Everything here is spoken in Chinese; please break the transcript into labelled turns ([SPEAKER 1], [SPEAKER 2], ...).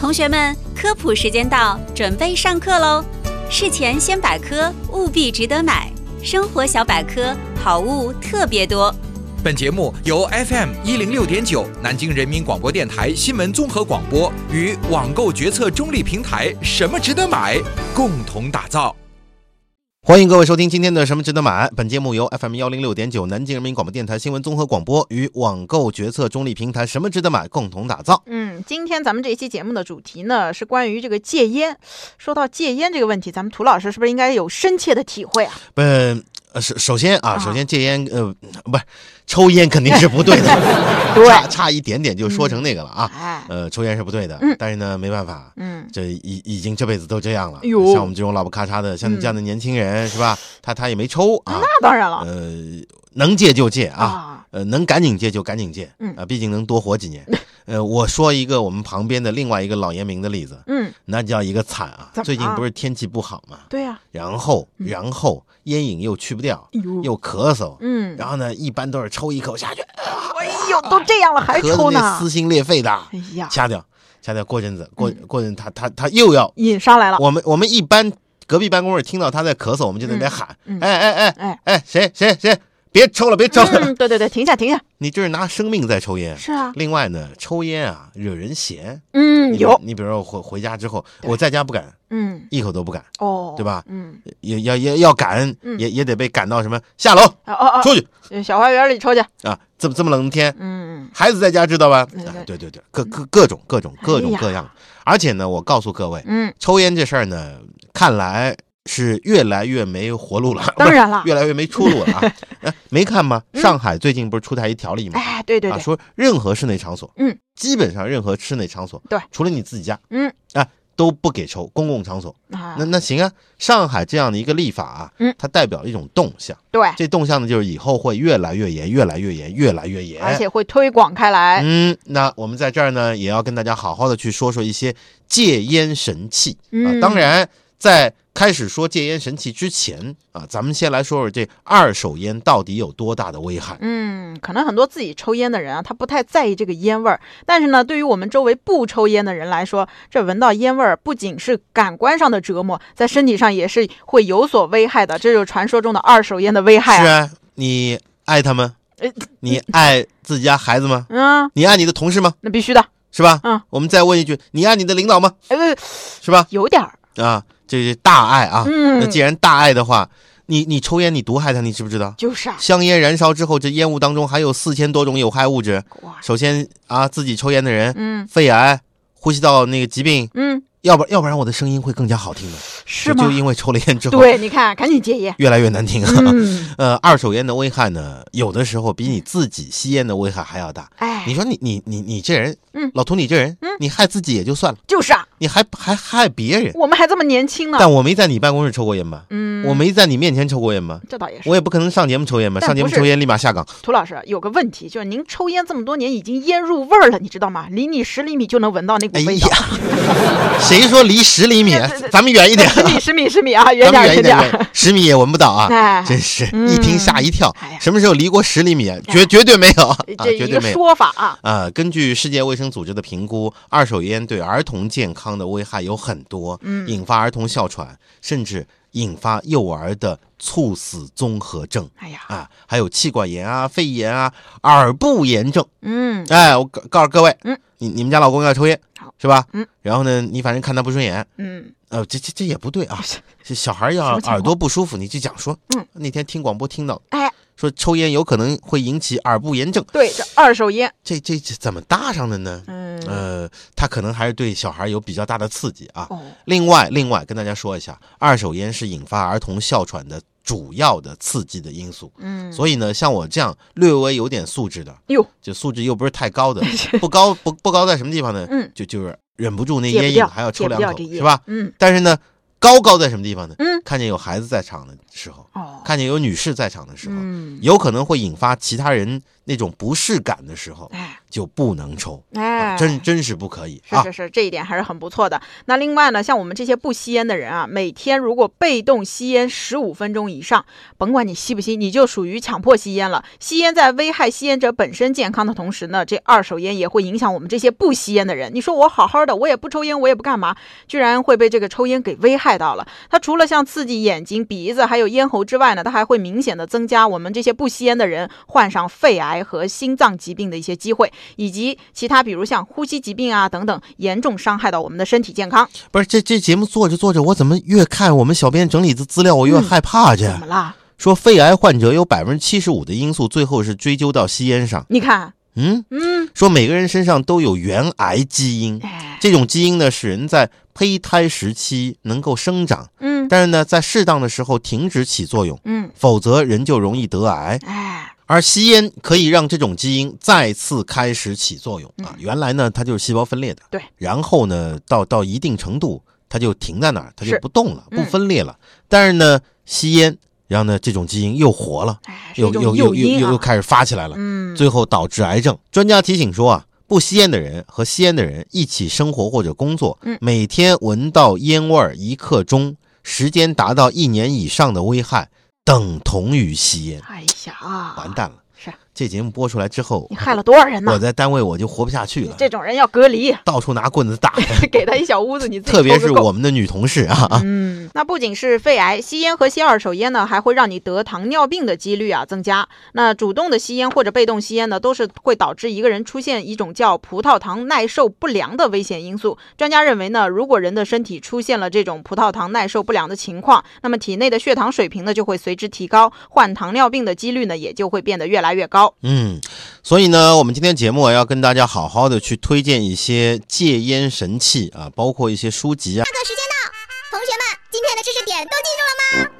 [SPEAKER 1] 同学们，科普时间到，准备上课喽！事前先百科，务必值得买。生活小百科，好物特别多。
[SPEAKER 2] 本节目由 FM 一零六点九南京人民广播电台新闻综合广播与网购决策中立平台“什么值得买”共同打造。
[SPEAKER 3] 欢迎各位收听今天的《什么值得买》。本节目由 FM 幺零六点九南京人民广播电台新闻综合广播与网购决策中立平台“什么值得买”共同打造。
[SPEAKER 4] 嗯，今天咱们这一期节目的主题呢是关于这个戒烟。说到戒烟这个问题，咱们涂老师是不是应该有深切的体会啊？
[SPEAKER 3] 本呃首首先啊，
[SPEAKER 4] 啊
[SPEAKER 3] 首先戒烟呃不是抽烟肯定是不 对的，
[SPEAKER 4] 对
[SPEAKER 3] 差差一点点就说成那个了啊。
[SPEAKER 4] 哎，
[SPEAKER 3] 呃，抽烟是不对的
[SPEAKER 4] 嗯，
[SPEAKER 3] 但是呢没办法，
[SPEAKER 4] 嗯，
[SPEAKER 3] 这已已经这辈子都这样了。
[SPEAKER 4] 哎呦
[SPEAKER 3] 像我们这种老不咔嚓的，像你这样的年轻人是吧？他他也没抽啊，
[SPEAKER 4] 那当然了
[SPEAKER 3] 呃，能戒就戒啊。
[SPEAKER 4] 啊，
[SPEAKER 3] 呃，能赶紧戒就赶紧戒，
[SPEAKER 4] 嗯
[SPEAKER 3] 啊，毕竟能多活几年。呃，我说一个我们旁边的另外一个老烟民的例子，
[SPEAKER 4] 嗯，
[SPEAKER 3] 那叫一个惨啊
[SPEAKER 4] 怎！么
[SPEAKER 3] 最近
[SPEAKER 4] 了
[SPEAKER 3] 不是天气不好嘛，
[SPEAKER 4] 对呀，
[SPEAKER 3] 然后然后烟瘾又去不掉，
[SPEAKER 4] 哎呦，
[SPEAKER 3] 又咳嗽，
[SPEAKER 4] 嗯，
[SPEAKER 3] 然后呢，一般都是抽一口下去，
[SPEAKER 4] 哎呦，都这样了还
[SPEAKER 3] 咳
[SPEAKER 4] 哎抽
[SPEAKER 3] 的
[SPEAKER 4] 呢
[SPEAKER 3] 那，撕心裂肺的，
[SPEAKER 4] 哎呀，
[SPEAKER 3] 掐掉，掐掉。过阵子，过过阵他他他又要，
[SPEAKER 4] 瘾上来了，
[SPEAKER 3] 我们我们一般隔壁办公室听到他在咳嗽，我们就在那
[SPEAKER 4] 嗯
[SPEAKER 3] 喊，
[SPEAKER 4] 嗯
[SPEAKER 3] 哎哎哎
[SPEAKER 4] 哎，
[SPEAKER 3] 哎，谁谁谁，别抽了，别抽了，
[SPEAKER 4] 嗯，对对对，停下停下，
[SPEAKER 3] 你这是拿生命在抽烟。
[SPEAKER 4] 是啊，
[SPEAKER 3] 另外呢，抽烟啊惹人嫌。
[SPEAKER 4] 嗯，
[SPEAKER 3] 你
[SPEAKER 4] 有，
[SPEAKER 3] 你比如说我回回家之后，
[SPEAKER 4] 对
[SPEAKER 3] 我在家不敢，
[SPEAKER 4] 嗯，
[SPEAKER 3] 一口都不敢，
[SPEAKER 4] 哦，
[SPEAKER 3] 对吧
[SPEAKER 4] 嗯，
[SPEAKER 3] 也要要要赶，
[SPEAKER 4] 嗯
[SPEAKER 3] 也也得被赶到什么下楼
[SPEAKER 4] 哦哦
[SPEAKER 3] 出去
[SPEAKER 4] 哦，小花园里抽去，
[SPEAKER 3] 啊！这么这么冷的天，
[SPEAKER 4] 嗯，
[SPEAKER 3] 孩子在家知道吧？
[SPEAKER 4] 嗯
[SPEAKER 3] 啊对对对，各各各种各种各种
[SPEAKER 4] 哎呀
[SPEAKER 3] 各样。而且呢，我告诉各位，
[SPEAKER 4] 嗯，
[SPEAKER 3] 抽烟这事儿呢，看来是越来越没活路了，
[SPEAKER 4] 当然 了嗯
[SPEAKER 3] 不是越来越没出路了 啊！哎，没看吗？上海最近不是出台一条例吗？
[SPEAKER 4] 哎，对对
[SPEAKER 3] 啊，
[SPEAKER 4] 对，
[SPEAKER 3] 说任何室内场所，
[SPEAKER 4] 嗯，
[SPEAKER 3] 基本上任何室内场所，
[SPEAKER 4] 对
[SPEAKER 3] 除了你自己家，
[SPEAKER 4] 嗯，
[SPEAKER 3] 啊，都不给抽公共场所。
[SPEAKER 4] 啊
[SPEAKER 3] 那，那行啊，上海这样的一个立法啊，
[SPEAKER 4] 嗯
[SPEAKER 3] 它代表了一种动向，
[SPEAKER 4] 对，
[SPEAKER 3] 这动向呢，就是以后会越来越严，越来越严，越来越严，
[SPEAKER 4] 而且会推广开来，
[SPEAKER 3] 嗯，那我们在这儿呢，也要跟大家好好的去说说一些戒烟神器啊。
[SPEAKER 4] 嗯
[SPEAKER 3] 当然，在开始说戒烟神器之前啊，咱们先来说说这二手烟到底有多大的危害。
[SPEAKER 4] 嗯，可能很多自己抽烟的人啊，他不太在意这个烟味儿，但是呢，对于我们周围不抽烟的人来说，这闻到烟味儿不仅是感官上的折磨，在身体上也是会有所危害的。这就是传说中的二手烟的危害
[SPEAKER 3] 是
[SPEAKER 4] 啊。
[SPEAKER 3] 啊，你爱他们
[SPEAKER 4] 哎，
[SPEAKER 3] 你爱自己家孩子吗？
[SPEAKER 4] 嗯，
[SPEAKER 3] 你爱你的同事吗？
[SPEAKER 4] 那必须的。
[SPEAKER 3] 是吧？
[SPEAKER 4] 嗯，
[SPEAKER 3] 我们再问一句，你爱你的领导吗？
[SPEAKER 4] 哎，呃
[SPEAKER 3] 是吧？
[SPEAKER 4] 有点儿，
[SPEAKER 3] 啊，这是大爱啊。
[SPEAKER 4] 嗯
[SPEAKER 3] 那既然大爱的话，你你抽烟你毒害它，你知不知道？
[SPEAKER 4] 就是啊，
[SPEAKER 3] 香烟燃烧之后，这烟雾当中含有四千多种有害物质。
[SPEAKER 4] 哇，
[SPEAKER 3] 首先啊，自己抽烟的人，
[SPEAKER 4] 嗯
[SPEAKER 3] 肺癌、呼吸道那个疾病，
[SPEAKER 4] 嗯，
[SPEAKER 3] 要不要不然我的声音会更加好听的，
[SPEAKER 4] 是
[SPEAKER 3] 就
[SPEAKER 4] 吗
[SPEAKER 3] 就？因为抽了烟之后，
[SPEAKER 4] 对，你看，赶紧戒烟。
[SPEAKER 3] 越来越难听啊。
[SPEAKER 4] 嗯，
[SPEAKER 3] 呃，二手烟的危害呢，有的时候比你自己吸烟的危害还要大。
[SPEAKER 4] 哎
[SPEAKER 3] 你，说你你你你这人，
[SPEAKER 4] 嗯
[SPEAKER 3] 老涂你这人，
[SPEAKER 4] 嗯
[SPEAKER 3] 你害自己也就算了，
[SPEAKER 4] 就是啊，
[SPEAKER 3] 你还还害别人。
[SPEAKER 4] 我们还这么年轻呢。
[SPEAKER 3] 但我没在你办公室抽过烟吧？
[SPEAKER 4] 嗯，
[SPEAKER 3] 我没在你面前抽过烟吧？
[SPEAKER 4] 这倒也是。
[SPEAKER 3] 我也不可能上节目抽烟吧？
[SPEAKER 4] 但
[SPEAKER 3] 上节目
[SPEAKER 4] 不是
[SPEAKER 3] 抽烟立马下岗。
[SPEAKER 4] 涂老师有个问题，就是您抽烟这么多年，已经烟入味儿了，你知道吗？离你十厘米就能闻到那股
[SPEAKER 3] 哎
[SPEAKER 4] 味道。
[SPEAKER 3] 呀， 谁说离十厘米啊
[SPEAKER 4] 对对？对
[SPEAKER 3] 咱们远 一点，
[SPEAKER 4] 十米，十米，十米啊，远
[SPEAKER 3] 咱们远一
[SPEAKER 4] 点儿，远
[SPEAKER 3] 点
[SPEAKER 4] 点 儿。，
[SPEAKER 3] 十米也闻不到啊！
[SPEAKER 4] 哎，
[SPEAKER 3] 真是
[SPEAKER 4] 嗯
[SPEAKER 3] 一听吓一跳
[SPEAKER 4] 哎呀，哎
[SPEAKER 3] 什么时候离过十厘米啊？绝绝对没有啊，
[SPEAKER 4] 这
[SPEAKER 3] 绝
[SPEAKER 4] 一
[SPEAKER 3] 对
[SPEAKER 4] 个
[SPEAKER 3] 没有。
[SPEAKER 4] 说法啊，
[SPEAKER 3] 啊，根据世界卫生组织的评估，二手烟对儿童健康的危害有很多，
[SPEAKER 4] 嗯
[SPEAKER 3] 引发儿童哮喘，甚至引发幼儿的猝死综合症
[SPEAKER 4] 哎呀，
[SPEAKER 3] 啊，还有气管炎啊、肺炎啊、耳部炎症。
[SPEAKER 4] 嗯，
[SPEAKER 3] 哎，我告告诉各位，
[SPEAKER 4] 嗯，
[SPEAKER 3] 你你们家老公要抽烟
[SPEAKER 4] 好，
[SPEAKER 3] 是吧？
[SPEAKER 4] 嗯，
[SPEAKER 3] 然后呢，你反正看他不顺眼，
[SPEAKER 4] 嗯，
[SPEAKER 3] 呃，这这这也不对 啊，这小孩要
[SPEAKER 4] 什么情况
[SPEAKER 3] 耳朵不舒服，你就讲说，
[SPEAKER 4] 嗯，
[SPEAKER 3] 那天听广播听到，
[SPEAKER 4] 哎，
[SPEAKER 3] 说抽烟有可能会引起耳部炎症，
[SPEAKER 4] 对，这二手烟，
[SPEAKER 3] 这这这怎么搭上的呢？
[SPEAKER 4] 嗯，
[SPEAKER 3] 呃，他可能还是对小孩有比较大的刺激啊。
[SPEAKER 4] 哦，
[SPEAKER 3] 另外，另外跟大家说一下，二手烟是引发儿童哮喘的主要的刺激的因素。
[SPEAKER 4] 嗯，
[SPEAKER 3] 所以呢，像我这样略微有点素质的，
[SPEAKER 4] 哟，
[SPEAKER 3] 就素质又不是太高 的，不高不不高在什么地方呢？
[SPEAKER 4] 嗯，
[SPEAKER 3] 就就是忍不住那
[SPEAKER 4] 戒
[SPEAKER 3] 烟
[SPEAKER 4] 不
[SPEAKER 3] 瘾
[SPEAKER 4] 掉，
[SPEAKER 3] 还要
[SPEAKER 4] 戒
[SPEAKER 3] 抽
[SPEAKER 4] 不
[SPEAKER 3] 两
[SPEAKER 4] 掉
[SPEAKER 3] 口，
[SPEAKER 4] 这烟
[SPEAKER 3] 是吧？
[SPEAKER 4] 嗯
[SPEAKER 3] 但是呢，高高在什么地方呢？
[SPEAKER 4] 嗯，
[SPEAKER 3] 看见有孩子在场的时候，
[SPEAKER 4] 哦，
[SPEAKER 3] 看见有女士在场的时候，
[SPEAKER 4] 嗯，
[SPEAKER 3] 有可能会引发其他人那种不适感的时候，
[SPEAKER 4] 哎
[SPEAKER 3] 就不能抽，
[SPEAKER 4] 哎，
[SPEAKER 3] 啊真真是不可以
[SPEAKER 4] 是
[SPEAKER 3] 啊
[SPEAKER 4] 是！是，这一点还是很不错的。那另外呢，像我们这些不吸烟的人啊，每天如果被动吸烟十五分钟以上，甭管你吸不吸，你就属于强迫吸烟了。吸烟在危害吸烟者本身健康的同时呢，这二手烟也会影响我们这些不吸烟的人。你说我好好的，我也不抽烟，我也不干嘛，居然会被这个抽烟给危害到了。它除了像刺激眼睛、鼻子还有咽喉之外呢，它还会明显的增加我们这些不吸烟的人患上肺癌和心脏疾病的一些机会。以及其他比如像呼吸疾病啊等等，严重伤害到我们的身体健康。
[SPEAKER 3] 不是这这节目做着做着，我怎么越看我们小编整理的资料，我越
[SPEAKER 4] 嗯
[SPEAKER 3] 害怕这。
[SPEAKER 4] 怎么啦？
[SPEAKER 3] 说肺癌患者有百分之七十五的因素最后是追究到吸烟上。
[SPEAKER 4] 你看，
[SPEAKER 3] 嗯，
[SPEAKER 4] 嗯，
[SPEAKER 3] 说每个人身上都有原癌基因，
[SPEAKER 4] 哎，
[SPEAKER 3] 这种基因呢使人在胚胎时期能够生长，
[SPEAKER 4] 嗯
[SPEAKER 3] 但是呢在适当的时候停止起作用，
[SPEAKER 4] 嗯，
[SPEAKER 3] 否则人就容易得癌。
[SPEAKER 4] 哎，
[SPEAKER 3] 而吸烟可以让这种基因再次开始起作用啊。原来呢，它就是细胞分裂的，
[SPEAKER 4] 嗯对。
[SPEAKER 3] 然后呢，到到一定程度，它就停在那儿，它就是不动了，
[SPEAKER 4] 嗯
[SPEAKER 3] 不分裂了。但是呢，吸烟让呢这种基因又活了，
[SPEAKER 4] 哎，是一
[SPEAKER 3] 又
[SPEAKER 4] 种
[SPEAKER 3] 又
[SPEAKER 4] 诱
[SPEAKER 3] 又又
[SPEAKER 4] 因
[SPEAKER 3] 又
[SPEAKER 4] 啊。
[SPEAKER 3] 开始发起来了，
[SPEAKER 4] 嗯，
[SPEAKER 3] 最后导致癌症。专家提醒说啊。不吸烟的人和吸烟的人一起生活或者工作，
[SPEAKER 4] 嗯
[SPEAKER 3] 每天闻到烟味儿一刻钟，时间达到一年以上的危害，等同于吸烟。
[SPEAKER 4] 哎呀，
[SPEAKER 3] 完，蛋了。
[SPEAKER 4] 是
[SPEAKER 3] 这节目播出来之后
[SPEAKER 4] 你，害了多少人
[SPEAKER 3] 我
[SPEAKER 4] 呢？
[SPEAKER 3] 在单位我就活不下去了，
[SPEAKER 4] 这种人要隔离，
[SPEAKER 3] 到处拿棍子打，
[SPEAKER 4] 给他一小屋子，你自己
[SPEAKER 3] 特别是
[SPEAKER 4] 抽个够
[SPEAKER 3] 我们的女同事啊。
[SPEAKER 4] 嗯，那不仅是肺癌，吸烟和吸二手烟呢，还会让你得糖尿病的几率啊增加。那主动的吸烟或者被动吸烟呢，都是会导致一个人出现一种叫葡萄糖耐受不良的危险因素。专家认为呢，如果人的身体出现了这种葡萄糖耐受不良的情况，那么体内的血糖水平呢就会随之提高，患糖尿病的几率呢也就会变得越来越高。
[SPEAKER 3] 嗯，所以呢，我们今天节目啊要跟大家好好的去推荐一些戒烟神器啊，包括一些书籍啊。
[SPEAKER 5] 课时间到，同学们，今天的知识点都记住了吗？